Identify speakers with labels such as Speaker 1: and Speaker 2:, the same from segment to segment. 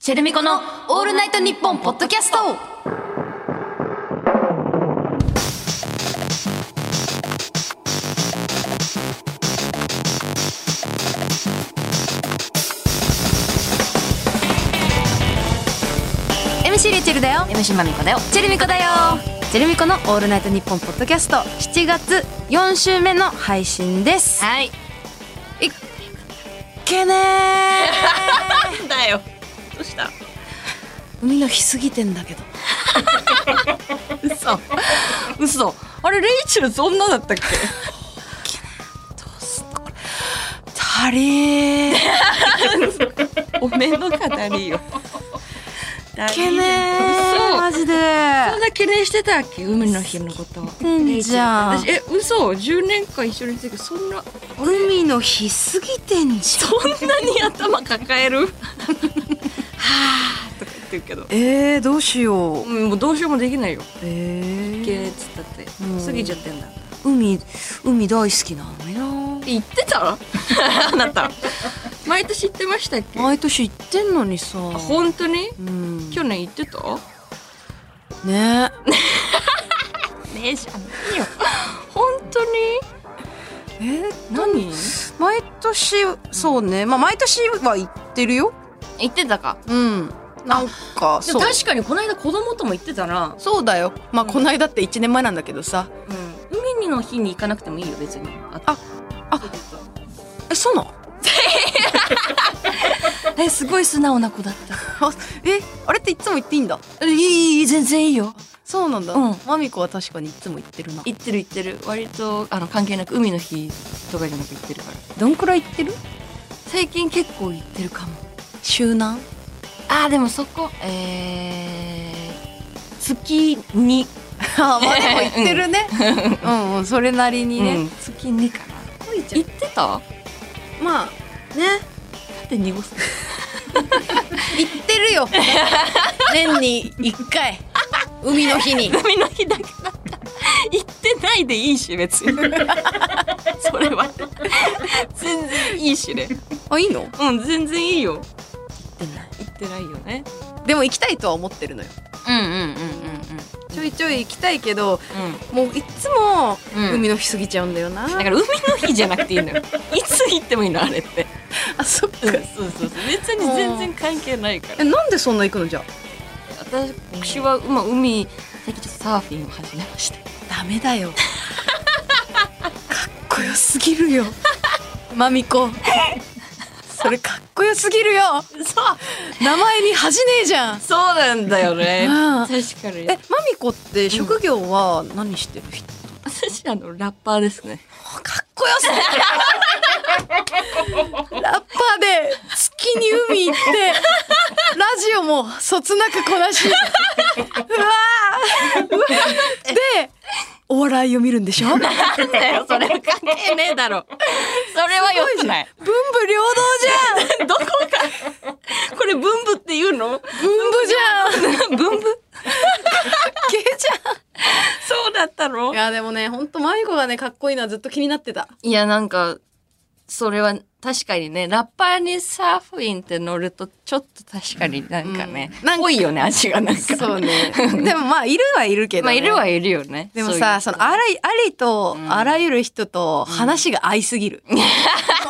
Speaker 1: チェルミコのオールナイトニッポンポッドキャスト
Speaker 2: レイチェルだよ
Speaker 1: MC まみこだよ
Speaker 2: チェルミコだよチェルミコのオールナイトニッポンポッドキャスト7月4週目の配信です
Speaker 1: はい
Speaker 2: いっけねー
Speaker 1: なんだよどうした
Speaker 2: 海の日過ぎてんだけど
Speaker 1: 嘘
Speaker 2: 嘘あれレイチェルそんなだったっけどうすんのこれ足りー
Speaker 1: おめの語りよだ
Speaker 2: けねーマジで
Speaker 1: そんな懸念してたっけ海の日のこと
Speaker 2: てんじゃん
Speaker 1: 私え嘘10年間一緒にいてけどそんな
Speaker 2: 海の日過ぎてんじゃん
Speaker 1: そんなに頭抱えるはあとか言ってるけど
Speaker 2: えー、どうしよう
Speaker 1: うんもうどうしようもできないよ
Speaker 2: え
Speaker 1: いけっつったって
Speaker 2: うん
Speaker 1: 過ぎちゃってんだ
Speaker 2: 海海大好きなのよ
Speaker 1: 言ってた あなた毎年言ってましたっけ
Speaker 2: 毎年行ってんのにさ
Speaker 1: 本当に
Speaker 2: うん
Speaker 1: 去年言ってた
Speaker 2: ね
Speaker 1: ねえじゃねえよ本当に
Speaker 2: え
Speaker 1: 何
Speaker 2: 毎年そうねまあ毎年は行ってるよ
Speaker 1: 言ってたか
Speaker 2: うんなんか
Speaker 1: で
Speaker 2: そ
Speaker 1: も
Speaker 2: う
Speaker 1: 確かにこの間子供とも言ってたな
Speaker 2: そうだよまあこないだって1年前なんだけどさ
Speaker 1: うん海の日に行かなくてもいいよ別に
Speaker 2: ああえそうなの
Speaker 1: えすごい素直な子だっ
Speaker 2: あえあれっていつも行っていいんだ
Speaker 1: たいいいい全然いいよ
Speaker 2: そうなんだ
Speaker 1: うん
Speaker 2: マミコは確かにいつも行ってるな
Speaker 1: 言ってる言ってる割とあの関係なく海の日とかじゃなく言ってるから
Speaker 2: どんくらい行ってる
Speaker 1: 最近結構言ってるかも
Speaker 2: 周南
Speaker 1: あーでもそこえー、月に
Speaker 2: あまあでも行ってるねうんうんそれなりにね
Speaker 1: 月にかな言ってた
Speaker 2: まあね
Speaker 1: で濁す
Speaker 2: 行ってる よ年に1回海の日に
Speaker 1: 海の日だけだった言ってないでいいし別 にそれは全然いいしね
Speaker 2: あいいの
Speaker 1: うん全然いいよ
Speaker 2: 行ってない
Speaker 1: 言ってないよね
Speaker 2: でも行きたいとは思ってるのよ
Speaker 1: うんうんうんうんうん
Speaker 2: ちょいちょい行きたいけど
Speaker 1: うん
Speaker 2: もういつも
Speaker 1: うん
Speaker 2: 海の日過ぎちゃうんだよな、
Speaker 1: だから海の日じゃなくていいのよいつ行ってもいいのあれって
Speaker 2: あそっか
Speaker 1: そうそうそう別に全然関係ないから
Speaker 2: えなんでそんな行くのじゃあ
Speaker 1: 私は、まあ、海最近ちょっとサーフィンを始めました
Speaker 2: ダメだよかっこよすぎるよ マミコそれかっこよすぎるよ
Speaker 1: そう
Speaker 2: 名前に恥じねえじゃん
Speaker 1: そうなんだよね
Speaker 2: ああ
Speaker 1: 確かに
Speaker 2: えマミコって職業は何してる人、
Speaker 1: 私あのラッパーですね
Speaker 2: かっこよすぎるラッパーで月に海行ってラジオもそつなくこな しうわーうわーでお笑いを見るんでしょ文武
Speaker 1: なんだよそれは関係ねえだろそれはよくない
Speaker 2: 両道じゃん
Speaker 1: どこかこれ文部っていうの
Speaker 2: 文武じゃん
Speaker 1: 文部
Speaker 2: けじゃん
Speaker 1: そうだったの
Speaker 2: いやでもねほんとマミコがねかっこいいのはずっと気になってた
Speaker 1: いやなんかそれは確かにねラッパーにサーフィンって乗るとちょっと確かになんかね、
Speaker 2: うんなんか
Speaker 1: 濃いよね味がなんか
Speaker 2: そうねでもまあいるはいるけど、ね、
Speaker 1: まあいるはいるよね
Speaker 2: でもさそ
Speaker 1: そういう
Speaker 2: のあらいありと
Speaker 1: うん
Speaker 2: あらゆる人と話が合いすぎる、
Speaker 1: な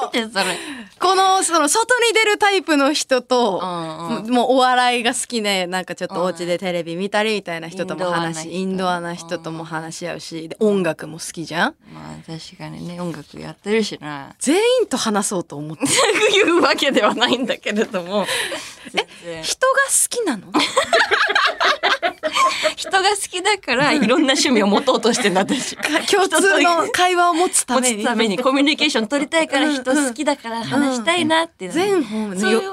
Speaker 1: ん でそれ
Speaker 2: このその外に出るタイプの人
Speaker 1: う
Speaker 2: と、
Speaker 1: んうん
Speaker 2: もうお笑いが好きでなんかちょっと
Speaker 1: うん
Speaker 2: お家でテレビ見たりみたいな人とも話しイ
Speaker 1: イ
Speaker 2: ン
Speaker 1: ン
Speaker 2: ド
Speaker 1: ド
Speaker 2: ア
Speaker 1: ア
Speaker 2: な
Speaker 1: な
Speaker 2: 人
Speaker 1: 人
Speaker 2: とも話し合うしで音楽も好きじゃん
Speaker 1: まあ確かにね音楽やってるしな
Speaker 2: 全員と話そうと思って
Speaker 1: 言うわけではないんだけれどもえ
Speaker 2: 人が好きなの
Speaker 1: 人が好きだからいろんな趣味を持とうとしてんだ私
Speaker 2: 共通の会話を持 つた
Speaker 1: 持
Speaker 2: め
Speaker 1: つ
Speaker 2: に
Speaker 1: ためにコミュニケーション取りたいから人好きだから話したいなっていうのはね
Speaker 2: 全方面
Speaker 1: そう
Speaker 2: よ
Speaker 1: い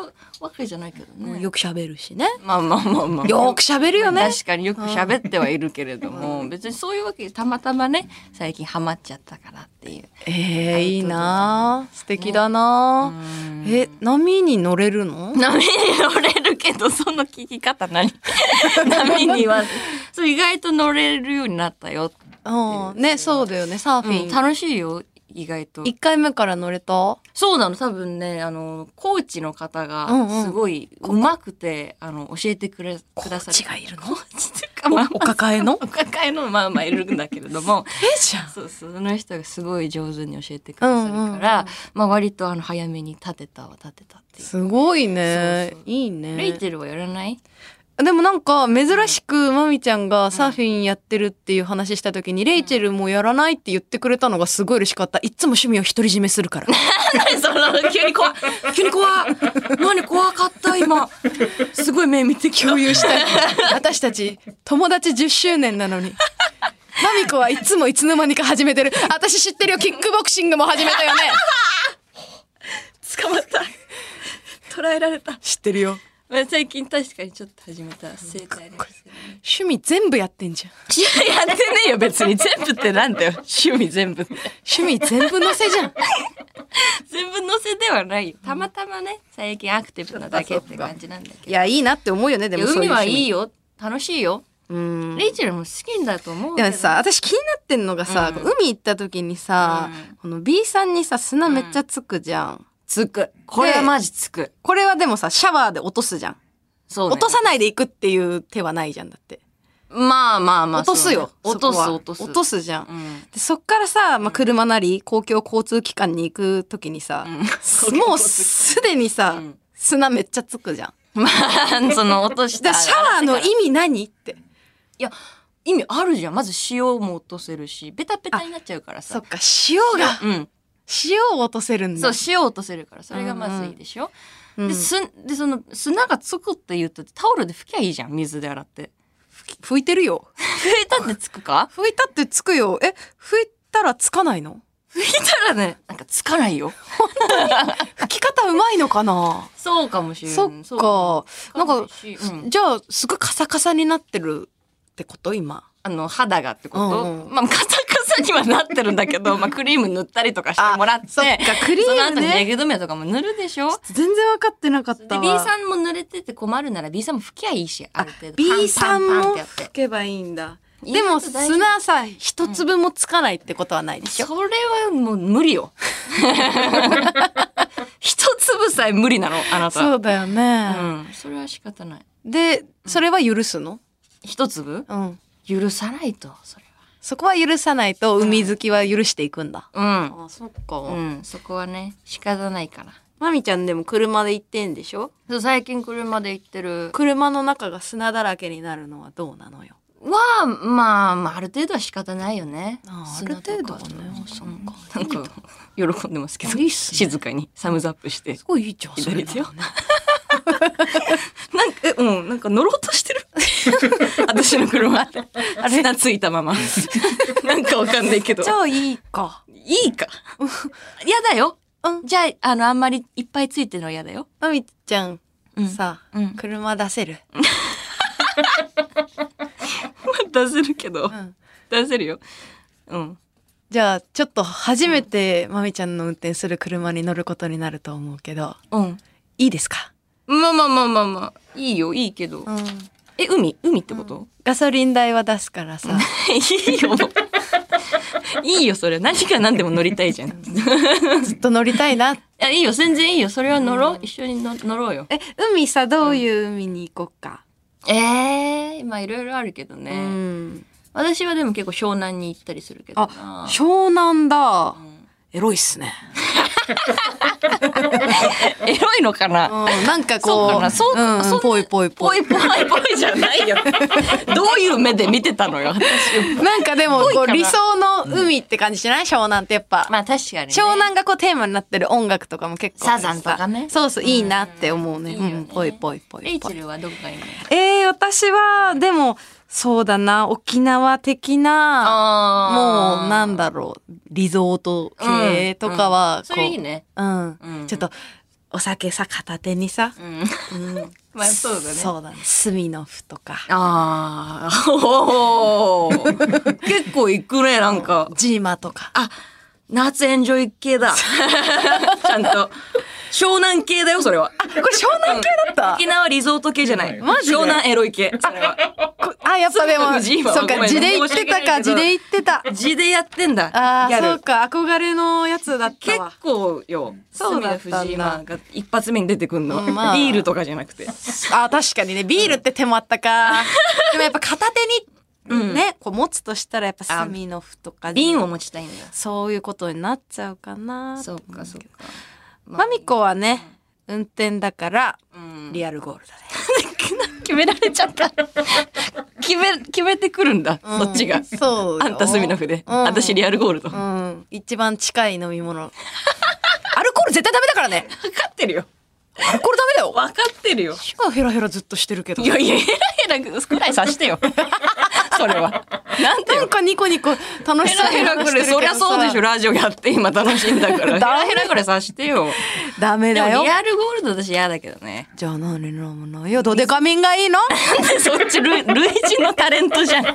Speaker 1: うわけじゃないけどね
Speaker 2: よく喋るしね
Speaker 1: まあまあまあまあ
Speaker 2: よく喋るよね
Speaker 1: 確かによく喋ってはいるけれども、別にそういうわけでたまたまね最近ハマっちゃったからっていう
Speaker 2: えー、
Speaker 1: りがとうございます
Speaker 2: いいなあ素敵だなあ、え波に乗れるの
Speaker 1: 波に乗れるけどその聞き 方何波にはそう意外と乗れるようになったよ、
Speaker 2: うんねそうだよねサーフ
Speaker 1: う
Speaker 2: ィン、
Speaker 1: ん、楽しいよ意外と
Speaker 2: 一回目から乗れた
Speaker 1: そうなの多分ねあのコーチの方
Speaker 2: うんう
Speaker 1: が
Speaker 2: ん
Speaker 1: すごい上手くて、あの教えてくれ
Speaker 2: コ
Speaker 1: くださ
Speaker 2: ー
Speaker 1: る
Speaker 2: チがいるの
Speaker 1: コーチというかまあ
Speaker 2: お抱え の
Speaker 1: お抱えのまあまあいるんだけれ ども
Speaker 2: えじゃん
Speaker 1: そうそうその人がすごい上手に教えてくださるから、
Speaker 2: うんうんうん
Speaker 1: まあ割とあの早めに立てたは立てたっていう。
Speaker 2: すごいね
Speaker 1: そうそう
Speaker 2: いい
Speaker 1: レイ
Speaker 2: ね
Speaker 1: テルはや らない
Speaker 2: でもなんか珍しくまみちゃんがサーフィンやってるっていう話した時に、レイチェルもやらないって言ってくれたのがすごい嬉しかったいっつも趣味を独り占めするから
Speaker 1: その急に怖い 急に怖い何怖かった今すごい目見てきた
Speaker 2: 共有したい私たち友達10周年なのにまみこはいつもいつの間にか始めてる私知ってるよキックボクシングも始めたよね
Speaker 1: 捕まった捉えられた
Speaker 2: 知ってるよ
Speaker 1: まあ最近確かにちょっと始めた生態ですよね
Speaker 2: 趣味全部やってんじゃん
Speaker 1: い や、やってねえよ、別に。全部ってなんだよ。趣味全部って。
Speaker 2: 趣味全部載せじゃん
Speaker 1: 全部載せではないよ。たまたまね、最近アクティブなだけって感じなんだ け
Speaker 2: いやいいなって思うよねで
Speaker 1: ど。い
Speaker 2: もそ
Speaker 1: や
Speaker 2: うい
Speaker 1: 海
Speaker 2: う
Speaker 1: はい
Speaker 2: 趣味
Speaker 1: いよ。楽しいよ。
Speaker 2: うん
Speaker 1: レイチェルも好きんだと思うけ
Speaker 2: で
Speaker 1: ど。
Speaker 2: もさ、私気になってんのがさ、
Speaker 1: うん
Speaker 2: 海行った時にさ、
Speaker 1: うん
Speaker 2: この B さんにさ砂めっちゃつくじゃん、
Speaker 1: つく。これはマジつく。
Speaker 2: これはでもさシャワーで落とすじゃん、
Speaker 1: そう、ね。
Speaker 2: 落とさないで行くっていう手はないじゃんだって
Speaker 1: まあまあまあ。
Speaker 2: 落とすよ、
Speaker 1: そうね落とす、
Speaker 2: そこは
Speaker 1: 落とす。
Speaker 2: 落と
Speaker 1: す。
Speaker 2: すじゃん、
Speaker 1: うん。
Speaker 2: でそっからさ、まあ、車なり公共交通機関に行く時にさ、もうすでにさ、
Speaker 1: うん
Speaker 2: 砂めっちゃつくじゃん
Speaker 1: まあ、 その落とし
Speaker 2: だ
Speaker 1: た。
Speaker 2: からシャワーの
Speaker 1: い
Speaker 2: 意味何って
Speaker 1: や、意味あるじゃん。まず塩も落とせるし、ベタベタになっちゃうから
Speaker 2: そっか
Speaker 1: さ。
Speaker 2: 塩が
Speaker 1: うん。
Speaker 2: 塩を落とせるん
Speaker 1: そ
Speaker 2: だ
Speaker 1: う、塩を落とせるから、それがまずいいでしょ。
Speaker 2: うん
Speaker 1: で、すん、で、その砂がつくって言うと、タオルで拭きゃいいじゃん、水で洗って。
Speaker 2: 拭いてるよ
Speaker 1: 拭いたってつくか
Speaker 2: 拭いたってつくよ。え、拭いたらつかないの
Speaker 1: 拭いたらね、なんかつかないよ。
Speaker 2: 拭き方うまいのかな
Speaker 1: そうかもしれない。
Speaker 2: そっか。
Speaker 1: そう
Speaker 2: なんか
Speaker 1: もしれないしうん
Speaker 2: じゃあ、すごいカサカサになってるってこと今。
Speaker 1: あの、肌がってこ
Speaker 2: うん
Speaker 1: と
Speaker 2: うん
Speaker 1: まあ、カサカサにはなってるんだけ ど、まあ、クリーム塗ったりとかしてもらって、
Speaker 2: そっか、クリ
Speaker 1: その
Speaker 2: ーム
Speaker 1: 後にネ
Speaker 2: ね。
Speaker 1: ギ止めとかも塗るでしょ
Speaker 2: 全然分かってなかっ
Speaker 1: で、
Speaker 2: た
Speaker 1: B
Speaker 2: わ。
Speaker 1: さんも濡れてて困るなら B さんも拭きゃいいし、ある程度。
Speaker 2: B さん
Speaker 1: パンパン
Speaker 2: も
Speaker 1: パンってや
Speaker 2: 拭
Speaker 1: って。
Speaker 2: けばいいんだ。
Speaker 1: 意
Speaker 2: でも
Speaker 1: 外と大事
Speaker 2: 砂さ、一粒もつかないってことはないでしょ、
Speaker 1: それはもう無理よ。 一粒さえ無理なの、あなた。
Speaker 2: そうだよね。
Speaker 1: うん、それは仕方ない。
Speaker 2: で、それは許すの
Speaker 1: 一粒
Speaker 2: うん。
Speaker 1: 許さないと、それ
Speaker 2: そこは許さないと、海好きは許していくんだ。
Speaker 1: は。
Speaker 2: あ、そっ
Speaker 1: うん。
Speaker 2: か。
Speaker 1: うん、そこはね、仕方ないから。
Speaker 2: まみちゃんでも車で行ってんでしょ
Speaker 1: そう最近車で行ってる。
Speaker 2: 車の中が砂だらけになるのはどうなのよ。
Speaker 1: は、まあ、まあ、ある程度は仕方ないよね。
Speaker 2: ああ
Speaker 1: 砂とか
Speaker 2: ある程度はね
Speaker 1: そ
Speaker 2: そうう
Speaker 1: か
Speaker 2: か。
Speaker 1: なんか、喜んでますけど。
Speaker 2: いいっすね
Speaker 1: 静かに、サムズアップして。
Speaker 2: ごいいいじゃん
Speaker 1: それならなんか、え、うん、なんか乗ろうと してる。私の車。あれなついたま ま。なんかわかんないけど。
Speaker 2: 超いいか。
Speaker 1: いいか。嫌だよ。
Speaker 2: うん
Speaker 1: じゃあ、あの、あんまりいっぱいついてるのは嫌だよ。
Speaker 2: まみちゃん、
Speaker 1: うん
Speaker 2: さ、
Speaker 1: うん
Speaker 2: 車出せる。
Speaker 1: 出せるけど
Speaker 2: う。ん
Speaker 1: 出せるよ。うん。
Speaker 2: じゃあちょっと初めてまみちゃんの運転する車に乗ることになると思うけど、
Speaker 1: うん。
Speaker 2: いいですか？
Speaker 1: まあまあまあまあまあ。いいよ、いいけど。え、海海ってこと、
Speaker 2: ガソリン代は出すから さ、
Speaker 1: い いよ。いいよ、それ。何か何でも乗りた いじゃん。い
Speaker 2: ずっと乗りたいな。
Speaker 1: や、いいよ、全然いいよ。それは乗ろう。一緒にの乗ろうよ。
Speaker 2: え、海さどういう海に行こうか。
Speaker 1: ええまあいろいろあるけど
Speaker 2: う
Speaker 1: ね。
Speaker 2: ん。
Speaker 1: 私はでも結構湘南に行ったりするけどな。
Speaker 2: あ、湘南だ
Speaker 1: う。ん
Speaker 2: エロいっすね。
Speaker 1: エロいのかな、
Speaker 2: うん、なんか
Speaker 1: そう
Speaker 2: こ
Speaker 1: かな
Speaker 2: う、
Speaker 1: そうかそん
Speaker 2: ん、
Speaker 1: な
Speaker 2: ぽいぽいぽ
Speaker 1: ぽ
Speaker 2: い。
Speaker 1: いぽいぽいじゃないよ。 どういう目で見てたのよ、私
Speaker 2: なんかでも
Speaker 1: ぽい
Speaker 2: こ
Speaker 1: か
Speaker 2: う
Speaker 1: な
Speaker 2: 理想の海って感じじゃない湘南ってやっぱ。
Speaker 1: まあ確かに、ね。
Speaker 2: 湘南がこうテーマになってる音楽とかも結構さ
Speaker 1: サザンとかね
Speaker 2: そうそういいなって思うね
Speaker 1: うんいいよね
Speaker 2: うんぽいぽいぽ
Speaker 1: レイ
Speaker 2: いぽ
Speaker 1: チェ
Speaker 2: い
Speaker 1: ルはどこがいいの
Speaker 2: えー、私はでもそうだな沖縄的な
Speaker 1: あ
Speaker 2: もうなんだろうリゾート系とかは
Speaker 1: そ
Speaker 2: こう、
Speaker 1: れいいね。
Speaker 2: うん
Speaker 1: うん
Speaker 2: ちょっとお酒さ片手にさ、
Speaker 1: うん。
Speaker 2: うん、
Speaker 1: まあそうだね。
Speaker 2: そうだねスミノフとか
Speaker 1: ああ、おー結構行くね、なんか。
Speaker 2: ジーマとか
Speaker 1: あ、夏エンジョイ系だ。ちゃんと。湘南系だよ、それは。
Speaker 2: これ湘南系だった
Speaker 1: 沖縄リゾート系じゃない。
Speaker 2: マジで
Speaker 1: 湘南エロい系。それは。
Speaker 2: こあ、やっぱで
Speaker 1: そう
Speaker 2: も、
Speaker 1: 藤井は
Speaker 2: そう
Speaker 1: ご
Speaker 2: か、
Speaker 1: めん
Speaker 2: 地で言ってたか、
Speaker 1: 申し
Speaker 2: 地
Speaker 1: 訳
Speaker 2: で
Speaker 1: ない
Speaker 2: 言ってた。
Speaker 1: 字でやってんだ。
Speaker 2: あ
Speaker 1: ギ
Speaker 2: あ、
Speaker 1: ャ
Speaker 2: そう
Speaker 1: ル。
Speaker 2: か、憧れのやつだった
Speaker 1: 結
Speaker 2: わ。
Speaker 1: 構よ、
Speaker 2: そうだったんだ
Speaker 1: 角田藤間が一発目に出てくんのは、
Speaker 2: うんまあ
Speaker 1: ビールとかじゃなく て。
Speaker 2: あー確かにね、ビールって手もあった か。でもやっぱ片手
Speaker 1: う
Speaker 2: に
Speaker 1: ん
Speaker 2: ね、こう持つとしたらやっぱスミノフとか。
Speaker 1: 瓶を持ちたいんだ。
Speaker 2: そういうことになっちゃうかな。
Speaker 1: そうか、そうか。
Speaker 2: マミコはね、運転だから、
Speaker 1: うん
Speaker 2: リアルゴールだね。
Speaker 1: 決められちゃった。決め、決めてくるんだ、
Speaker 2: うん
Speaker 1: そっちが。
Speaker 2: そうよ
Speaker 1: あんたスミノフで。
Speaker 2: うん
Speaker 1: 私リアルゴールド。
Speaker 2: う
Speaker 1: 分
Speaker 2: ん。一番近い飲み 物。アルコール絶対ダメだからね。
Speaker 1: かってるよ。
Speaker 2: アルコールダメだよ。
Speaker 1: 分かってるよ。
Speaker 2: シュガーヘラヘラずっとしてるけど
Speaker 1: い。やいや、ヘラヘラくらいさし てよ。それは。なんで
Speaker 2: なん
Speaker 1: よ。
Speaker 2: かニコニコ楽
Speaker 1: ヘ
Speaker 2: しそ
Speaker 1: ラ
Speaker 2: うに
Speaker 1: ヘラ
Speaker 2: 話し
Speaker 1: く
Speaker 2: て
Speaker 1: れ、
Speaker 2: るけ
Speaker 1: そ
Speaker 2: ど
Speaker 1: りゃ
Speaker 2: さ
Speaker 1: そうでしょ。ラジオやって今楽しいんだから。ヘラヘラくれさしてよ。
Speaker 2: ダメ
Speaker 1: で
Speaker 2: だ
Speaker 1: も
Speaker 2: よ
Speaker 1: リ。アルゴールド私嫌だけどね。
Speaker 2: じゃあ何に飲むのよ。ドデカミンがいいの
Speaker 1: そっちル、類似のタレントじゃん。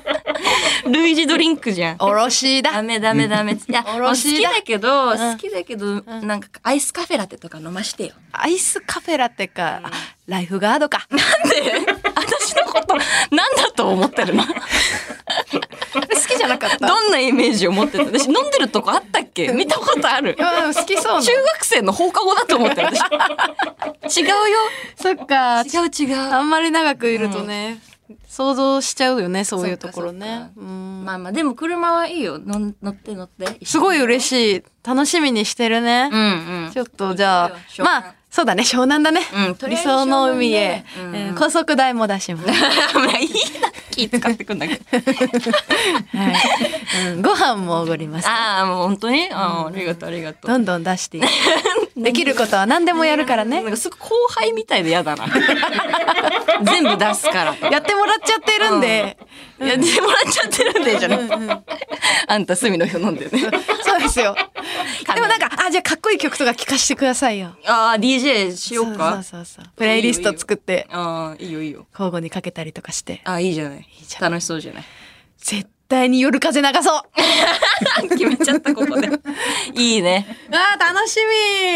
Speaker 1: 類似ドリンクじゃん。
Speaker 2: おろし
Speaker 1: ダ
Speaker 2: だ。
Speaker 1: メダメダメ。いや、
Speaker 2: お
Speaker 1: 好
Speaker 2: ろし
Speaker 1: き
Speaker 2: だ
Speaker 1: だけど、
Speaker 2: ん
Speaker 1: 好きだけど、なんかアイスカフェラテとか飲ましてよ。
Speaker 2: アイスカフェラテか、あライフガードか。
Speaker 1: なんで私のこと、なんだと思ってる の
Speaker 2: 好きじゃなかった。
Speaker 1: どんなイメージを持ってた私飲んでるとこあったっけ見たことある。
Speaker 2: うん好きそうな。
Speaker 1: 中学生の放課後だと思 ってる私。違うよ。
Speaker 2: そっか。
Speaker 1: 違う違う。
Speaker 2: あんまり長くいるとね、想像しちゃうよね、そういうところね。
Speaker 1: そっかそっか
Speaker 2: うん
Speaker 1: まあまあ、でも車はいいよ。のん乗って乗って。
Speaker 2: すごい嬉
Speaker 1: しい。
Speaker 2: しい。楽しみにしてるね。
Speaker 1: うんうん。
Speaker 2: ちょっとじゃあ
Speaker 1: いいよ、湘
Speaker 2: ま
Speaker 1: 南
Speaker 2: あ、そうだね、湘南だね。
Speaker 1: うんとり
Speaker 2: 理
Speaker 1: あえず
Speaker 2: 想の海へ
Speaker 1: 湘南、で
Speaker 2: えー
Speaker 1: うん
Speaker 2: 高速代も出します。
Speaker 1: いいな。気使ってくんだけど。
Speaker 2: はいうん、ご飯もおごります。
Speaker 1: ああ、もう本当にあーありがとうありがとう。
Speaker 2: どんどん出 していくできることは 何でもやるから
Speaker 1: な
Speaker 2: ね
Speaker 1: ん。かすごい後輩みたいで嫌 だな。全部出すから。
Speaker 2: やってもらっちゃってるんで。
Speaker 1: いや、でもらっちゃってるんで、じゃな
Speaker 2: う
Speaker 1: い
Speaker 2: んうん
Speaker 1: あんた隅の日飲んでね。
Speaker 2: そうですよ。でもなんか、あ、じゃあかっこいい曲とか聴かせてくださいよ。
Speaker 1: ああ、DJ しようか。
Speaker 2: そうそうそうそう。プレイリスト作って、
Speaker 1: ああ、いいよいいよ。
Speaker 2: 交互にかけたりとかして。
Speaker 1: ああ、いいじゃない。
Speaker 2: じゃ
Speaker 1: 楽しそうじゃない。
Speaker 2: 絶対に夜風 流そう。
Speaker 1: あ決めちゃった、ここで。 いいね。
Speaker 2: あー、楽し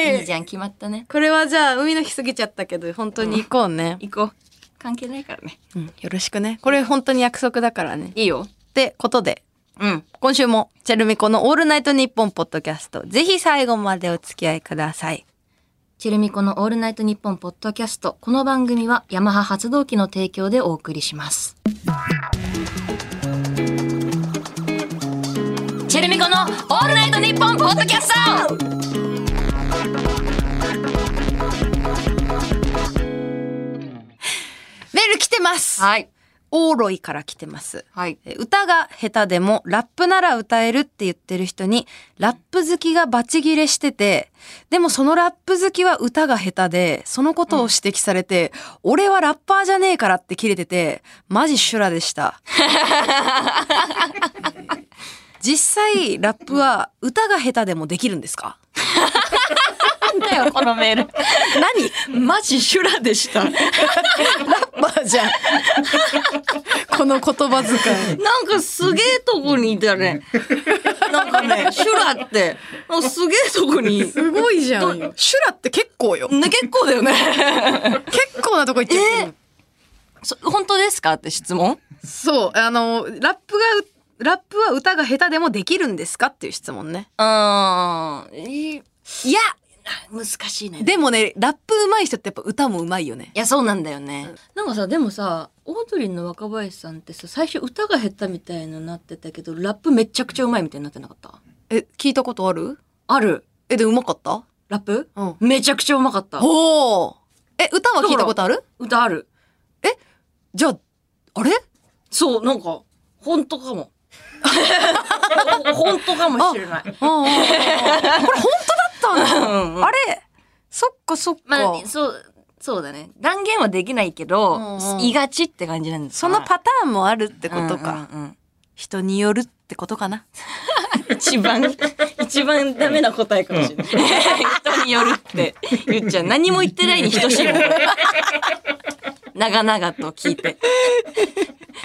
Speaker 1: いい
Speaker 2: み
Speaker 1: じゃん、決まったね。
Speaker 2: これはじゃあ、海の日過ぎちゃったけど、本当に行こうね。
Speaker 1: 行こう。関係ないからね。
Speaker 2: うん、よろしくね。これ本当に約束だからね。
Speaker 1: いいよ。
Speaker 2: ってことで、
Speaker 1: うん。
Speaker 2: 今週もチェルミコのオールナイトニッポンポッドキャスト、ぜひ最後までお付き合いください。
Speaker 1: チェルミコのオールナイトニッポンポッドキャスト。この番組はヤマハ発動機の提供でお送りします。チェルミコのオールナイトニッポンポッドキャスト
Speaker 2: メール来てます。
Speaker 1: はい。
Speaker 2: オーロイから来てます。
Speaker 1: はい。
Speaker 2: え歌が下手でもラップなら歌えるって言ってる人にラップ好きがバチギレしててでもそのラップ好きは歌が下手でそのことを指摘されて、俺はラッパーじゃねえからって切れててマジシュラでした 実際ラップは歌が下手でもできるんですか
Speaker 1: なんだよ、このメー ル。
Speaker 2: 何
Speaker 1: マジシュラでした。なん
Speaker 2: ラッパーじゃん この言葉遣い
Speaker 1: かすげえとこにいたね。なんかね、シュラって、なんかすげえとこ に。ね、
Speaker 2: すごいじゃんよシュラって結構よ
Speaker 1: 結構だよね。
Speaker 2: 結構なとこ行っちゃってる
Speaker 1: えそ本当ですかって質問
Speaker 2: そう、あの、ラップが、ラップは歌が下手でもできるんですかっていう質問ね。
Speaker 1: ああ、いいいや、難しいね。
Speaker 2: でもね、ラップ上手い人ってやっぱ歌も上手いよね。
Speaker 1: いや、そうなんだよね。なんかさ、でもさ、オードリーの若林さんってさ、最初歌が減ったみたいのなってたけど、ラップめちゃくちゃうまいみたいになってなかった
Speaker 2: え、聞いたことある
Speaker 1: ある。
Speaker 2: え、で、上手かった
Speaker 1: ラップ
Speaker 2: うん。
Speaker 1: めちゃくちゃうまかった。
Speaker 2: おお。え、歌は聞いたことある
Speaker 1: 歌ある。
Speaker 2: じゃあ、あれ
Speaker 1: そう、なんか、本当か も。ほ本当かもしれない。
Speaker 2: あ あ、ああああこれ本当だったの
Speaker 1: うんうん
Speaker 2: あれそっかそっか。
Speaker 1: まあ、そう、そうだね。断言はできないけど
Speaker 2: うんう、ん
Speaker 1: 言いがちって感じなんです
Speaker 2: そのパターンもあるって
Speaker 1: タ
Speaker 2: ことか。。
Speaker 1: うんうんうん
Speaker 2: 人によるってことかな。
Speaker 1: 一番、一番ダメな答えかもしれない。人によるって言っちゃう。何も言ってないに等しいもん。長々と聞いて。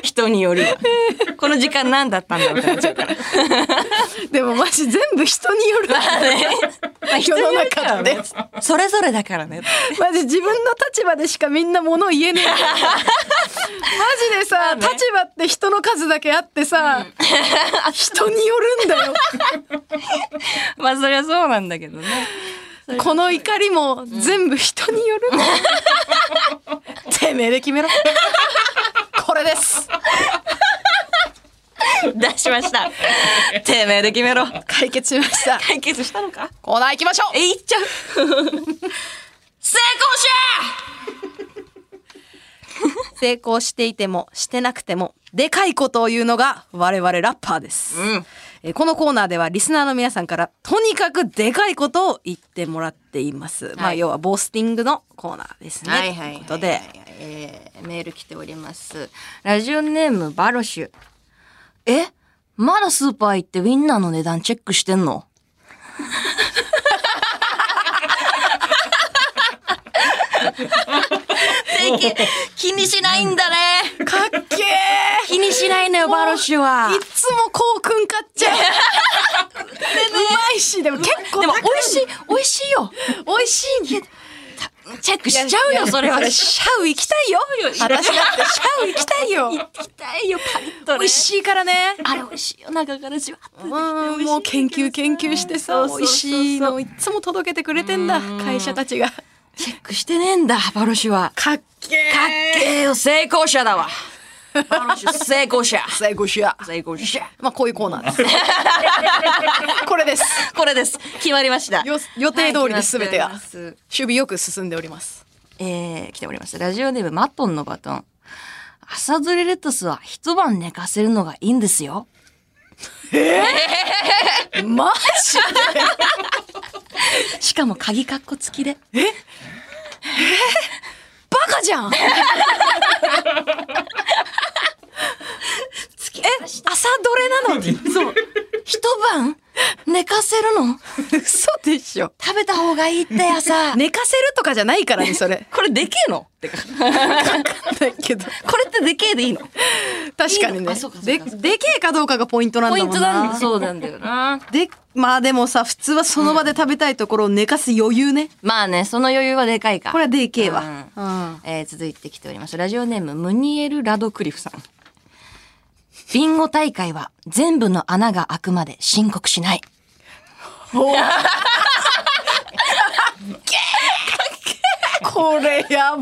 Speaker 1: 人によるわ。この時間何だったんだろうってなっちゃうから。
Speaker 2: でもマジ全部人による。
Speaker 1: まあねまあ人によるからね
Speaker 2: 世の中のね。
Speaker 1: それぞれだからね。
Speaker 2: マジ自分の立場でしかみんな物言え ねえ。マジでさ、
Speaker 1: ね
Speaker 2: 立場って人の数だけあってさ、人によるん だよ。
Speaker 1: まあそりゃそうなんだけどね。
Speaker 2: この怒りも全部人に よるんだよ。てめえで決めろ。これです。
Speaker 1: 出しました。てめえで決めろ。
Speaker 2: 解決しました。
Speaker 1: 解決したのか
Speaker 2: コーナー行きましょう。
Speaker 1: え、いっちゃ う。成
Speaker 2: 成功していてもしてなくてもでかいことを言うのが我々ラッパーです、
Speaker 1: うん
Speaker 2: えーこのコーナーではリスナーの皆さんからとにかくでかいことを言ってもらっています、まあ要はボースティングのコーナーですね、
Speaker 1: はいはいはい
Speaker 2: ということで
Speaker 1: えーメール来ております。ラジオネームバロシュ。えまだスーパー行ってウィンナーの値段チェックしてんの 気にしないんだね。
Speaker 2: かっけえ。
Speaker 1: 気にしないのよ、バロシュはい
Speaker 2: つもこうくん買っ ちゃううまいしでも結構
Speaker 1: でも
Speaker 2: 高い
Speaker 1: 美味しい、美味しいよ。
Speaker 2: 美味しいね
Speaker 1: チェックしちゃうよ、それは。
Speaker 2: シャウ行きたいよ私だってシャウ行きたいよ
Speaker 1: 行きたいよ、パリッとね。
Speaker 2: 美味しいからね
Speaker 1: あれ美味しいよ、中からじわっと。
Speaker 2: うん、もう研究研究してさ、
Speaker 1: そう
Speaker 2: 美味
Speaker 1: そうそうそう
Speaker 2: しいのいっつも届けてくれてんだ、会社たちが。
Speaker 1: チェックしてねえんだ、バロシュは。
Speaker 2: かっけえ
Speaker 1: かっけえよ、成功者だわ。バロシュ、成功者。
Speaker 2: 最後しや。
Speaker 1: 成功者。
Speaker 2: まあ、こういうコーナー です。これです。
Speaker 1: これです。決まりました。
Speaker 2: よ予定通りです
Speaker 1: はい
Speaker 2: 全てが
Speaker 1: 決まっております
Speaker 2: 守備よく進んでおります。
Speaker 1: えー、来ております。ラジオネーム、マトンのバトン。朝どれレタスは一晩寝かせるのがいいんですよ。
Speaker 2: マジ
Speaker 1: しかも鍵カッコ付きで。
Speaker 2: バカじゃんえ、朝どれなのに
Speaker 1: そう。一晩寝かせるの
Speaker 2: 嘘でしょ。
Speaker 1: 食べた方がいいって 朝。
Speaker 2: 寝かせるとかじゃないからね、それ。
Speaker 1: これでけえのってか。
Speaker 2: だけど、
Speaker 1: これってでけえでいいの
Speaker 2: 確かに
Speaker 1: いい
Speaker 2: ね
Speaker 1: のあそうか。そう
Speaker 2: で、
Speaker 1: かそうか
Speaker 2: でけえかどうかがポイントなんだ
Speaker 1: ポイ
Speaker 2: もん
Speaker 1: ン
Speaker 2: な。
Speaker 1: トなんだ。そうなんだよな。
Speaker 2: で、まあでもさ、普通はその場で食べたいところを寝かす余裕ね。
Speaker 1: まあね、その余裕はでかいか。
Speaker 2: これはでけえ
Speaker 1: う
Speaker 2: わ
Speaker 1: ん。
Speaker 2: うん。
Speaker 1: えー続いてきております。ラジオネーム、ムニエル・ラドクリフさん。ビンゴ大会は全部の穴が開くまで申告しない。
Speaker 2: これやばい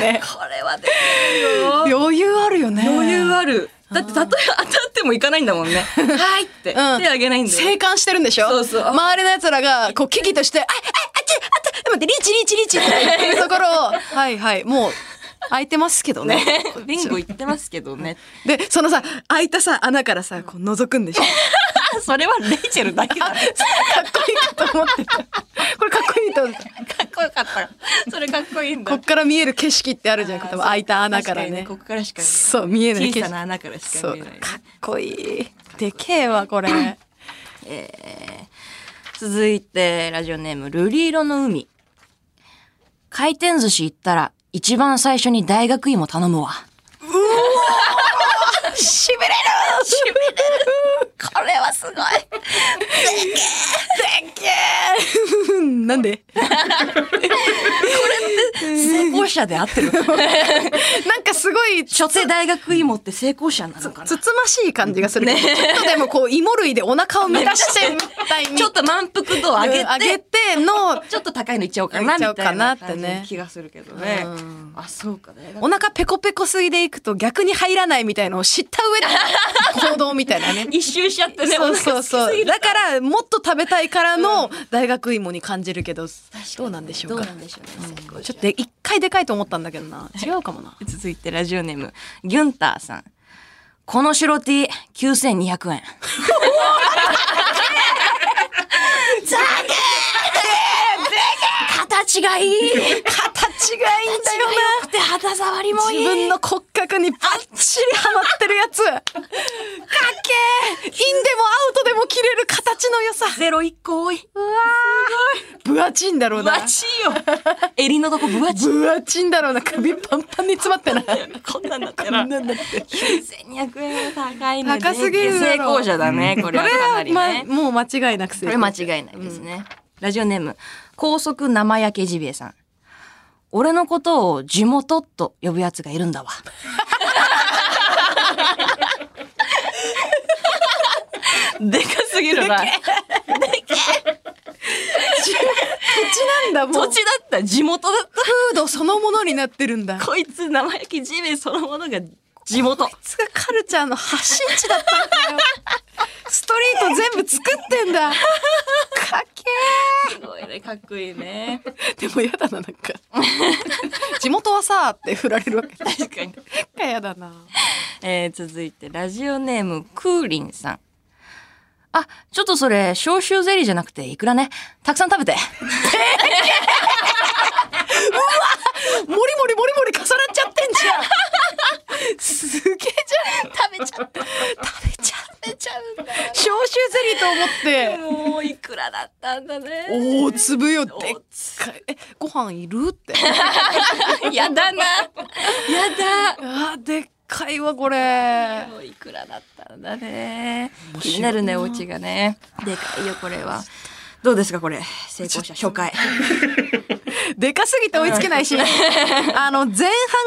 Speaker 2: ね。
Speaker 1: これはで
Speaker 2: 余裕あるよね。
Speaker 1: 余裕ある。だって、たとえ当たってもいかないんだもんね。はいって。手
Speaker 2: うん
Speaker 1: あげないんだよ。
Speaker 2: 生還してるんでしょ
Speaker 1: そうそう
Speaker 2: 周りの奴らが、こう、危機として、あ、あ、あっち、あっち、待って、リーチ、リーチ、リーチって言ってるところを、はいはい、もう、空いてますけどね。
Speaker 1: ビンゴ言ってますけどね。
Speaker 2: で、そのさ、開いたさ、穴からさ、こう、覗くんでしょ
Speaker 1: あそれはレイチェルだけ だ。か
Speaker 2: かっこいいかと思ってた。これかっこいいと思ってた。
Speaker 1: っこよかった。それかっこいいんだ。
Speaker 2: こっから見える景色ってあるじゃん。こう開いた穴から
Speaker 1: 確に
Speaker 2: ね。
Speaker 1: ここからしか見えない。
Speaker 2: そう見えない
Speaker 1: 小さな穴からし
Speaker 2: そ
Speaker 1: か
Speaker 2: う
Speaker 1: 見えないね。
Speaker 2: かっこいいでけえわこれ
Speaker 1: 続いて、ラジオネーム、瑠璃色の海。回転寿司行ったら、一番最初に大学芋頼むわ。
Speaker 2: しびれる
Speaker 1: しびれるこれはすごい
Speaker 2: でけえなんで
Speaker 1: 成功者で合ってる
Speaker 2: なんかすごいちょ
Speaker 1: 所定大学芋って成功者なのかな
Speaker 2: つつましい感じがするけど、ちょっとでもこう芋類でお腹を満たしてみたいに
Speaker 1: ちょっと満腹度を上げて、
Speaker 2: 上げての
Speaker 1: ちょっと高いのいっちゃおうかなみた
Speaker 2: いっちゃお
Speaker 1: いう
Speaker 2: かなっ
Speaker 1: な
Speaker 2: てね
Speaker 1: 感じの気がするけどね
Speaker 2: う。
Speaker 1: あ、そうかね。
Speaker 2: お腹ペコペコすいでいくと逆に入らないみたいのを知った 上で行動みたいなね
Speaker 1: 一周しちゃってね、
Speaker 2: そう
Speaker 1: お
Speaker 2: そう
Speaker 1: 腹空きす
Speaker 2: そ
Speaker 1: ぎ
Speaker 2: う
Speaker 1: る
Speaker 2: だからもっと食べたいからの大学芋に感じるけどどうなんでしょ
Speaker 1: ど
Speaker 2: う
Speaker 1: う
Speaker 2: か
Speaker 1: なんでしょうね。成功者
Speaker 2: ちょっとで一回でかいと思ったんだけどな違うかもな
Speaker 1: 続いてラジオネーム、ギュンターさん。この白 T、9200円。形がい
Speaker 2: 形がい
Speaker 1: い
Speaker 2: いんだよな
Speaker 1: 良くて肌触りもいい
Speaker 2: 自分の骨格にバッチリハマってるやつかっけーインでもアウトでも着れる形の良さ
Speaker 1: ゼロ一個多いうわ
Speaker 2: 分厚いんだろう
Speaker 1: 分
Speaker 2: な
Speaker 1: 厚いよ襟のとこ分厚い
Speaker 2: 分厚いんだろうな首パンパンに詰まってな
Speaker 1: こんなんだった
Speaker 2: こ
Speaker 1: ら
Speaker 2: んなんだって
Speaker 1: 9200円は高いね
Speaker 2: 高すぎるだろ
Speaker 1: 成功者だねこれはかなり
Speaker 2: まあ
Speaker 1: ね
Speaker 2: もう間違いなく成
Speaker 1: これ
Speaker 2: 功
Speaker 1: 間違いないですねラジオネーム高速生焼けジビエさん。俺のことを地元と呼ぶ奴がいるんだわ。 でかすぎるな。
Speaker 2: なんだも
Speaker 1: 土
Speaker 2: う
Speaker 1: 地だった、地元だっ
Speaker 2: フードそのものになってるんだ
Speaker 1: た。こいつ生焼けジビエそのものが地元。
Speaker 2: つがカルチャーの発信地だったんだよストリート全部作ってんだかっけ
Speaker 1: すごいね、かっこいいね。
Speaker 2: ーでもやだななんか地元はさーって振られるわけなん
Speaker 1: 確かに。
Speaker 2: かやだな
Speaker 1: えー続いてラジオネームクーリンさん。あ、ちょっとそれ消臭ゼリーじゃなくていくらね。たくさん食べて。
Speaker 2: モリモリモリモリ重なっちゃってんじゃんすげえじゃん食べちゃった食べちゃ食べちゃうんだ消臭ゼリーと思って
Speaker 1: もういくらだったんだね。
Speaker 2: 大粒よでっかいえご飯いるって
Speaker 1: やだな。やだ。
Speaker 2: あーでっかいわこれ
Speaker 1: もういくらだったんだね。
Speaker 2: 面白いな
Speaker 1: 気になるね、お家がね。でかいよ、これは。どうですか、これ。成功者、初回。
Speaker 2: でかすぎて追いつけないし、あの、前半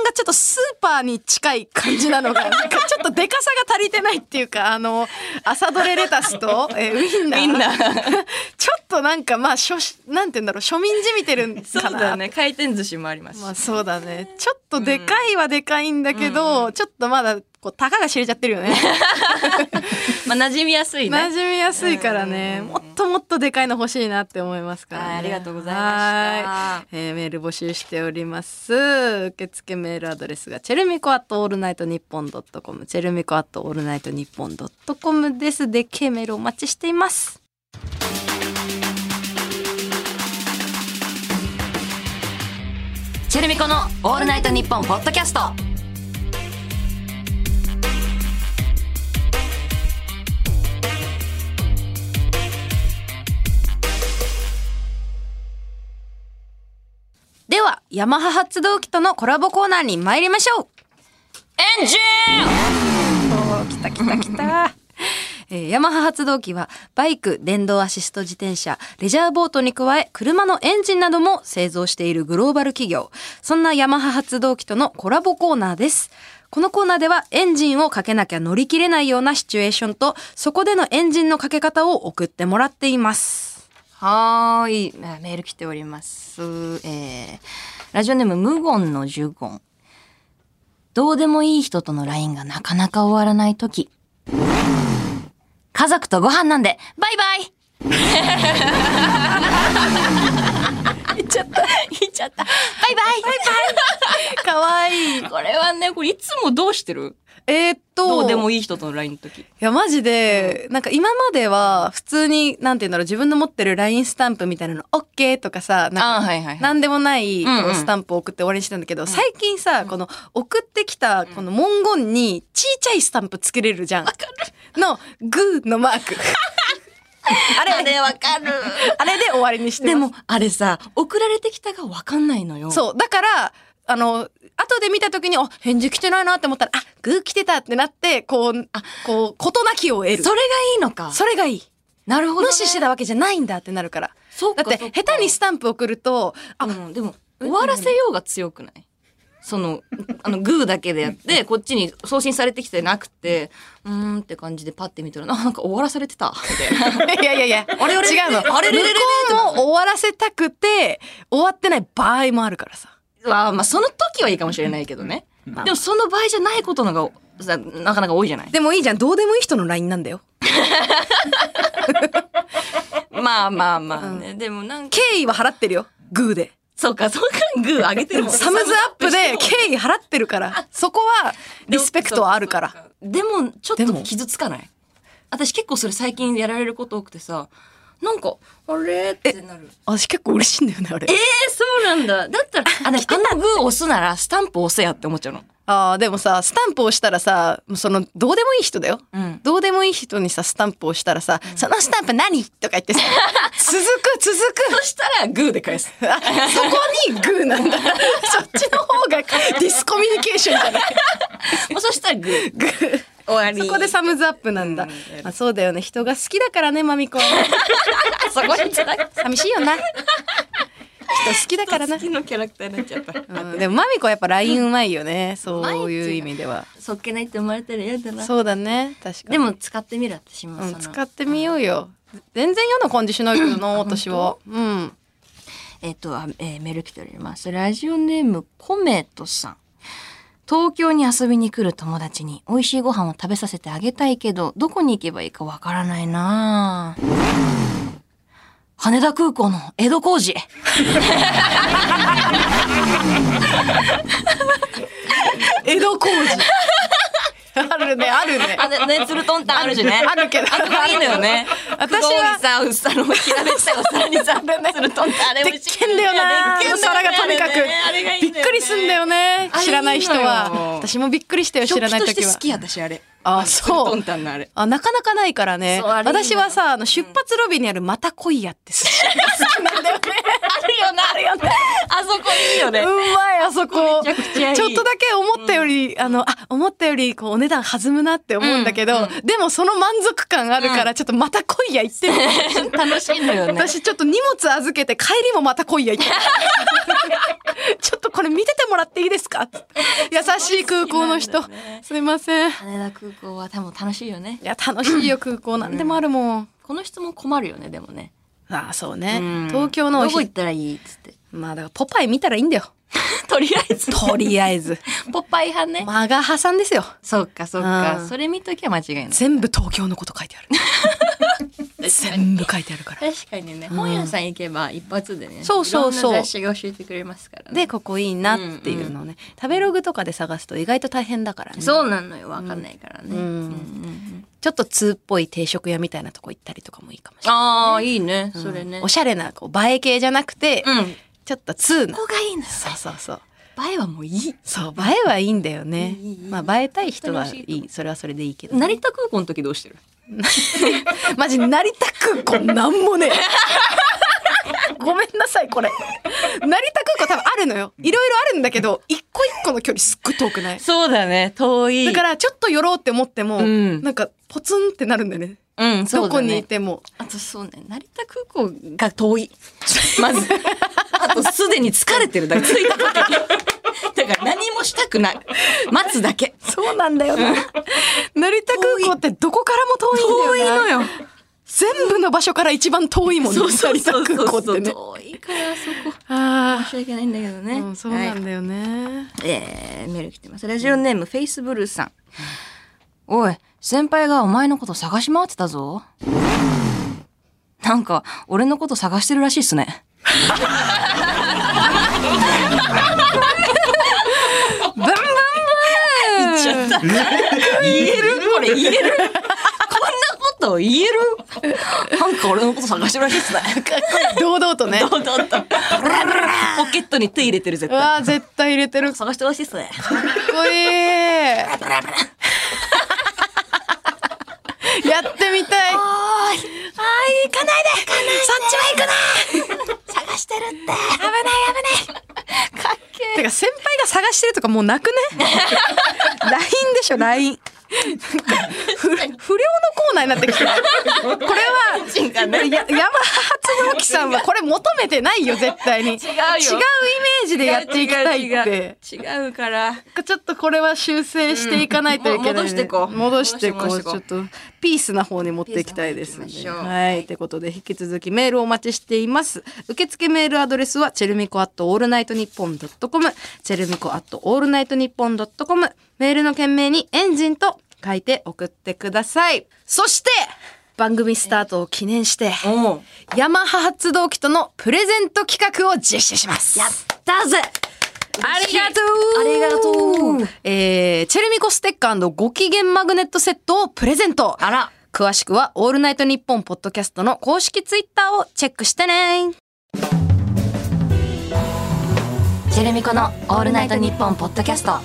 Speaker 2: がちょっとスーパーに近い感じなのが、なんかちょっとでかさが足りてないっていうか、あの、朝どれレタスと、えーウインナー。 ちょっとなんか、まあ、しょなんて言うんだろう、庶民じみてるんかな。
Speaker 1: そうだね。回転寿司もありますし。
Speaker 2: まあ、そうだね。ちょっとでかいはでかいんだけど、ちょっとまだ、こう、たかが知れちゃってるよね。
Speaker 1: まあ、馴染みやすい
Speaker 2: 馴
Speaker 1: ね。
Speaker 2: 染みやすいからね、
Speaker 1: うん
Speaker 2: もっともっとでかいの欲しいなって思いますからね
Speaker 1: はいありがとうございま
Speaker 2: はいえーメール募集しております受付メールアドレスがチェルミコアットオールナイトニッポンドットコムチェルミコアットオールナイトニッポンドットコムですでっけえメールお待ちしています
Speaker 1: チェルミコのオールナイトニッポンポッドキャスト。
Speaker 2: ではヤマハ発動機とのコラボコーナーに参りましょう
Speaker 1: エンジン
Speaker 2: おー来た来た来た。えーヤマハ発動機はバイク、電動アシスト自転車、レジャーボートに加え車のエンジンなども製造しているグローバル企業。そんなヤマハ発動機とのコラボコーナーです。このコーナーではエンジンをかけなきゃ乗り切れないようなシチュエーションとそこでのエンジンのかけ方を送ってもらっています。
Speaker 1: はーい。あメール来ております。えー、ラジオネーム無言の呪言。どうでもいい人との LINE がなかなか終わらないとき。家族とご飯なんで、バイバイ
Speaker 2: いっちゃった。
Speaker 1: 言っちゃった。バイバイ
Speaker 2: かわいい。
Speaker 1: これはね、これいつもどうしてる
Speaker 2: えーっと。
Speaker 1: どうでもいい人との LINE の時。
Speaker 2: いや、マジで、なんか今までは、普通に、なんて言うんだろう、自分の持ってる LINE スタンプみたいなの、OK! とかさ、
Speaker 1: あ
Speaker 2: なん
Speaker 1: ー
Speaker 2: か、
Speaker 1: はいはいはい。
Speaker 2: なんでもない、
Speaker 1: うんうん
Speaker 2: こうスタンプを送って終わりにしてたんだけど、最近さ、この、送ってきた、この文言に、ちいちゃいスタンプつけれるじゃん。わかるの、グーのマーク。
Speaker 1: あれね、わかる。
Speaker 2: あれで終わりにしてます
Speaker 1: でも、あれさ、送られてきたがわかんないのよ。
Speaker 2: そう。だから、あの、後で見た時に、あ、返事来てないなって思ったら、あ、グー来てたってなって、こう、あ、こう、事なきを得る
Speaker 1: そ。れがいいのか。
Speaker 2: それがいい。
Speaker 1: なるほど、ね。
Speaker 2: 無視してたわけじゃないんだってなるから。
Speaker 1: そう
Speaker 2: だ
Speaker 1: か
Speaker 2: って
Speaker 1: そうか
Speaker 2: 下手にスタンプ送ると
Speaker 1: あ、うんでも、終わらせようが強くないその、あの、グーだけでやって、こっちに送信されてきてなくて、うーんって感じでパッて見たら、あなんか終わらされてた。みたいな
Speaker 2: いやいやいや
Speaker 1: あれあれ
Speaker 2: 違うの
Speaker 1: あれれれれれ
Speaker 2: 向こうも終わらせたくて終わってない場合もあるからさ
Speaker 1: ま あ、まあ、その時はいいかもしれないけどね。でも、その場合じゃないことのが、さなかなか多いじゃない
Speaker 2: でもいいじゃんどうでもいい人の LINE なんだよ
Speaker 1: まあまあまあね。でもなんか、
Speaker 2: 敬意は払ってるよグーで
Speaker 1: そうか、そうか、グー上げてるもん。
Speaker 2: サムズアップで敬意払ってるからそこはリスペクトはあるから
Speaker 1: でも、ちょっ
Speaker 2: で
Speaker 1: と
Speaker 2: も
Speaker 1: 傷つかない私結構それ最近やられること多くてさ、なんか、あれってなる。
Speaker 2: 私結構嬉しいんだよねあれ
Speaker 1: えー、そうなんだ。だったら、あ、でもあんなグー押すならスタンプ押せやって思っちゃうの。
Speaker 2: あーでもさスタンプ押したらさもうそのどうでもいい人だよ、
Speaker 1: うん
Speaker 2: どうでもいい人にさスタンプ押したらさ「そのスタンプ何?」とか言ってさ「続く続く」
Speaker 1: そしたらグーで返す。
Speaker 2: あそこにグーなんだ。そっちの方がディスコミュニケーションじゃない。
Speaker 1: も うそしたらグー。
Speaker 2: グー
Speaker 1: 終わり。
Speaker 2: そこ でサムズアップなんだ。まあ、そうだよね。人が好きだからね、マミコは。
Speaker 1: そこに繋が
Speaker 2: 寂しいよな。人好きだ からな。
Speaker 3: 好きのキャラクターになっちゃった。
Speaker 2: うん、でもマミコはやっぱ LINE うまいよね。そういう意味では。
Speaker 1: そっけないって生まれたら嫌だな。
Speaker 2: そうだね。確かに。
Speaker 1: でも使ってみる私も
Speaker 2: う
Speaker 1: そ
Speaker 2: ん、
Speaker 1: の、
Speaker 2: 使ってみようよ。全然世の感じしないけどな、私は。うん。
Speaker 1: えっ、と、あえーメール来ております。ラジオネームコメットさん。東京に遊びに来る友達に美味しいご飯を食べさせてあげたいけど、どこに行けばいいかわからないなぁ羽田空港の江戸工事。
Speaker 2: 江戸工事。 あるね、あるね。
Speaker 1: あ、ね、ね、つるとんたんあるしね。
Speaker 2: あるけど。
Speaker 1: あそこいいのよね。
Speaker 2: 私は
Speaker 1: 久保にさ、うっさのひらめきたお皿にさ、つるとんたんあれ美味し
Speaker 2: 鉄
Speaker 1: い
Speaker 2: 拳だよな
Speaker 1: 鉄拳
Speaker 2: お皿がとにかく
Speaker 1: あれねあれがいい
Speaker 2: びっ
Speaker 1: んだよね
Speaker 2: くりすんだよね
Speaker 1: あれいいのよ
Speaker 2: 知らない人は私もびっくりしたよ知らない
Speaker 3: 食器と
Speaker 2: 時
Speaker 3: して好
Speaker 2: は
Speaker 3: き私あれ。
Speaker 2: あ
Speaker 3: ツル
Speaker 2: そ
Speaker 3: ト
Speaker 2: う
Speaker 3: ンタンのあれ。
Speaker 2: あなかなかないからね
Speaker 1: そうあれいいのよ
Speaker 2: 私はさあの出発ロビーにあるまた来いやって寿司が好きなんだよね
Speaker 1: あるよな、あるよね。あそこいいよね。
Speaker 2: うまいあそこ
Speaker 1: めちゃくちゃいい
Speaker 2: ちょっとだけ思ったよりあのあ思ったよりこうお値段弾むなって思うんだけどでもその満足感あるからちょっとまた来いや行ってみる
Speaker 1: 楽しいのよね。
Speaker 2: 私ちょっと荷物預けて帰りもまた来いや行って ちょっとこれ見ててもらっていいですか優しい空港の人、すいませんい
Speaker 1: 羽田空港は多分楽しいよね。
Speaker 2: や楽しいよ空港なんでもあるもん、
Speaker 1: この質問困るよね、でもね。
Speaker 2: ああそうね、
Speaker 1: うん
Speaker 2: 東京のお
Speaker 1: どこ
Speaker 2: ひ
Speaker 1: 行ったらいいっつって。
Speaker 2: まあだからポパイ見たらいいんだよ
Speaker 1: とりあえず。
Speaker 2: とりあえ ず
Speaker 1: ポッパイ派ね。
Speaker 2: マガハさんですよ
Speaker 1: そうか、そうか
Speaker 2: う。ん
Speaker 1: それ見ときゃ間違いない。
Speaker 2: 全部東京のこと書いてある全部書いてあるから
Speaker 1: 確かにね、本屋さん行けば一発でね。
Speaker 2: そうそうそう
Speaker 1: いろんな雑誌が教えてくれますからね。
Speaker 2: でここいいなっていうのをね、食べログとかで探すと意外と大変だからね
Speaker 1: そうなのよ、わかんないからね。
Speaker 2: うん
Speaker 1: ん
Speaker 2: ちょっと通っぽい定食屋みたいなとこ行ったりとかもいいかもしれない
Speaker 1: ああ、いいね、それね
Speaker 2: お。しゃれなこう映え系じゃなくて、
Speaker 1: うん。
Speaker 2: ちょっと通な
Speaker 1: ここがいいのよ。
Speaker 2: そうそうそう
Speaker 1: 映えはもういい。
Speaker 2: そう映えはいいんだよね
Speaker 1: いいいい
Speaker 2: まあ映えたい人はい
Speaker 1: 本当に美味しい
Speaker 2: いそれはそれでいいけど
Speaker 1: 成田空港の時どうしてる
Speaker 2: マジ成田空港なんもね えごめんなさいこれ成田空港多分あるのよいろいろあるんだけど一個一個の距離すっごい遠くない
Speaker 1: そうだね、遠い
Speaker 2: だからちょっと寄ろうって思っても、
Speaker 1: うん
Speaker 2: なんかポツンってなるんだよね
Speaker 1: ら、うん、そう
Speaker 2: ど
Speaker 1: だ
Speaker 2: こに
Speaker 1: ね
Speaker 2: い。ても
Speaker 1: あとそうね、成田空港が遠い。 まず。あとすでに疲れてるだけ。着いた時に。だから何もしたくない。待つだけ。
Speaker 2: そうなんだよな 成田空港ってどこからも遠いんだよな
Speaker 1: よ。
Speaker 2: 全部の場所から一番遠いもんね。
Speaker 1: そうそう
Speaker 2: 成田
Speaker 1: そう
Speaker 2: 空
Speaker 1: そ
Speaker 2: 港
Speaker 1: う
Speaker 2: ってね。
Speaker 1: 遠いからあそこ。
Speaker 2: あ
Speaker 1: 申し訳ないんだけど
Speaker 2: あ、
Speaker 1: ね。
Speaker 2: うん、そうな
Speaker 1: はい
Speaker 2: んだよね。
Speaker 1: えーメール来てます。ラジオネーム、フェイスブルーさん。おい、先輩がお前のこと探し回ってたぞ。なんか、俺のこと探してるらしいっすね。
Speaker 2: ブンブンブン
Speaker 1: ちょっと言えるこれ言えるこんなこと言えるなんか俺のこと探してるらしいっすね。
Speaker 2: 堂々とね。
Speaker 1: どうどうと。ポケットに手入れてる絶
Speaker 2: う
Speaker 1: 対。
Speaker 2: わー絶対入れてる。かっ
Speaker 1: 探してるらしいっすね。
Speaker 2: こいい。やってみたい。
Speaker 1: あーい、あーい、行かないで行かないそっちは行くな探してるって危ない危ないかっけ
Speaker 2: てか先輩が探してるとかもうなく ね。ラインでしょライン。ふ不良のコーナーになってきた。これは
Speaker 1: え。人がね。
Speaker 2: や山初直樹さんはこれ求めてないよ絶対に違うイメージでやっていきたいって
Speaker 1: 違うから。
Speaker 2: ちょっとこれは修正していかないといけない、ね
Speaker 1: うんも戻してこう
Speaker 2: 戻してこ
Speaker 1: 戻
Speaker 2: う
Speaker 1: してこ
Speaker 2: ち
Speaker 1: う
Speaker 2: ょっとピースな方に持っていきたいですね
Speaker 1: ピースな方に行きましょう
Speaker 2: はいということで引き続きメールをお待ちしています受付メールアドレスはチェルミコアットオールナイトニッポンドットコムチェルミコアットオールナイトニッポンドットコムメールの件名にエンジンと書いて送ってくださいそして番組スタートを記念して、
Speaker 1: おう。
Speaker 2: ヤマハ発動機とのプレゼント企画を実施します。
Speaker 1: やったぜ
Speaker 2: ありがとう
Speaker 1: ありがとう
Speaker 2: えー、チェルミコステッカーご機嫌マグネットセットをプレゼント
Speaker 1: あら。
Speaker 2: 詳しくは、オールナイトニッポンポッドキャストの公式ツイッターをチェックしてね
Speaker 1: ジェルミコのオールナイトニッポンポッドキャスト。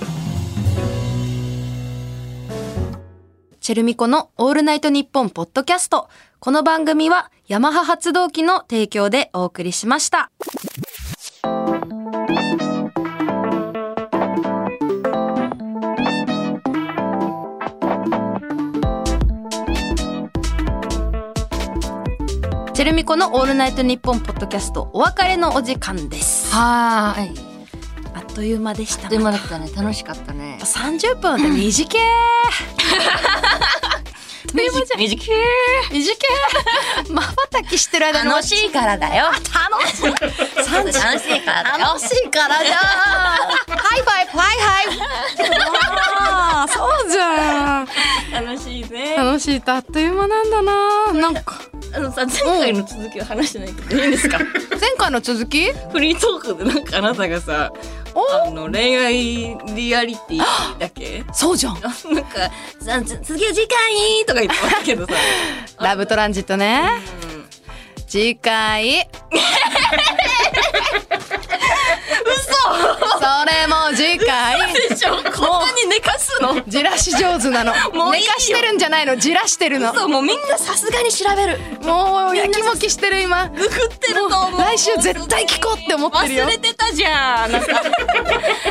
Speaker 2: チェルミコのオールナイトニッポンポッドキャスト。この番組は、ヤマハ発動機の提供でお送りしました。チェルミコのオールナイトニッポンポッドキャストお別れのお時間です。
Speaker 4: はーい。
Speaker 2: あっという間でし
Speaker 4: あ
Speaker 2: た
Speaker 4: っという間だったね。楽しかったね。
Speaker 2: 30分って短け
Speaker 4: 短い短い
Speaker 2: 短けまばたきしてる間に
Speaker 4: 楽しいからだよ。
Speaker 2: 楽しい
Speaker 4: 楽しいからだよ。
Speaker 2: 楽しいからじゃんハイファイフハイハイそうじゃん
Speaker 1: 楽しいね
Speaker 2: 楽しいってあっという間なんだななんか
Speaker 1: あのさ前回の続きを話してないけどいいんで すか
Speaker 2: 前回の続き
Speaker 1: フリートークでなんかあなたがさあの恋愛リアリティだけ
Speaker 2: そうじゃん
Speaker 1: なんか「さつ次は次回!」とか言ってますけどさ
Speaker 2: ラブトランジットね次回嘘それも次回
Speaker 1: でしょこんなに寝かすの
Speaker 2: じらし上手なの
Speaker 1: もういい
Speaker 2: 寝
Speaker 1: よ
Speaker 2: かしてるんじゃないのじらしてるの
Speaker 1: そうもうみんなさすがに調べる
Speaker 2: もうやきもきしてる今
Speaker 1: ググってると思う
Speaker 2: 来週絶対聞こうって思ってるよ
Speaker 1: 忘れてたじゃんあなた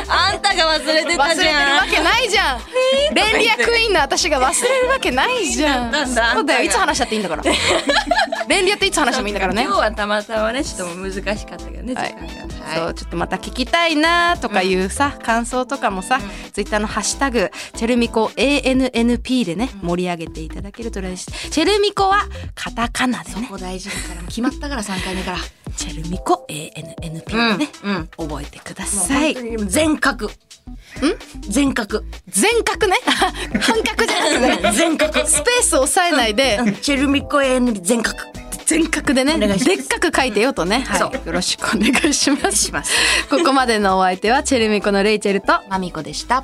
Speaker 1: あんたが忘れ て
Speaker 2: 忘
Speaker 1: た
Speaker 2: れて
Speaker 1: じ
Speaker 2: るわ
Speaker 1: ゃん
Speaker 2: けないじゃ んレンリアクイーンの私が忘れるわけないじゃん
Speaker 1: なんだ
Speaker 2: そうだよ
Speaker 1: あんたが
Speaker 2: いつ話したっていいんだから レンリアっていつ話してもいいんだからね
Speaker 1: 今日はたまたまねちょっと難しかったけどね時間がはい
Speaker 2: そうちょっとまた聞きたいなとかいうさ、感想とかもさ、ツイッターのハッシュタグチェルミコ ANNP でね、盛り上げていただけると嬉しいチェルミコはカタカナでね
Speaker 4: ここ大事だから、もう決まったから3回目から。
Speaker 2: チェルミコ ANNP でね、覚えてください
Speaker 1: 全角ん全角
Speaker 2: 全 角ね半角じゃなくてね
Speaker 1: 全角
Speaker 2: スペースを抑えないで、
Speaker 1: うんチェルミコエン全角
Speaker 2: 全角でね、
Speaker 1: お願いします
Speaker 2: でっかく書いてよとね、
Speaker 1: そ
Speaker 2: はい、よろしくお願いします。ここまでのお相手は、チェルミコのレイチェルと、
Speaker 4: まみこでした。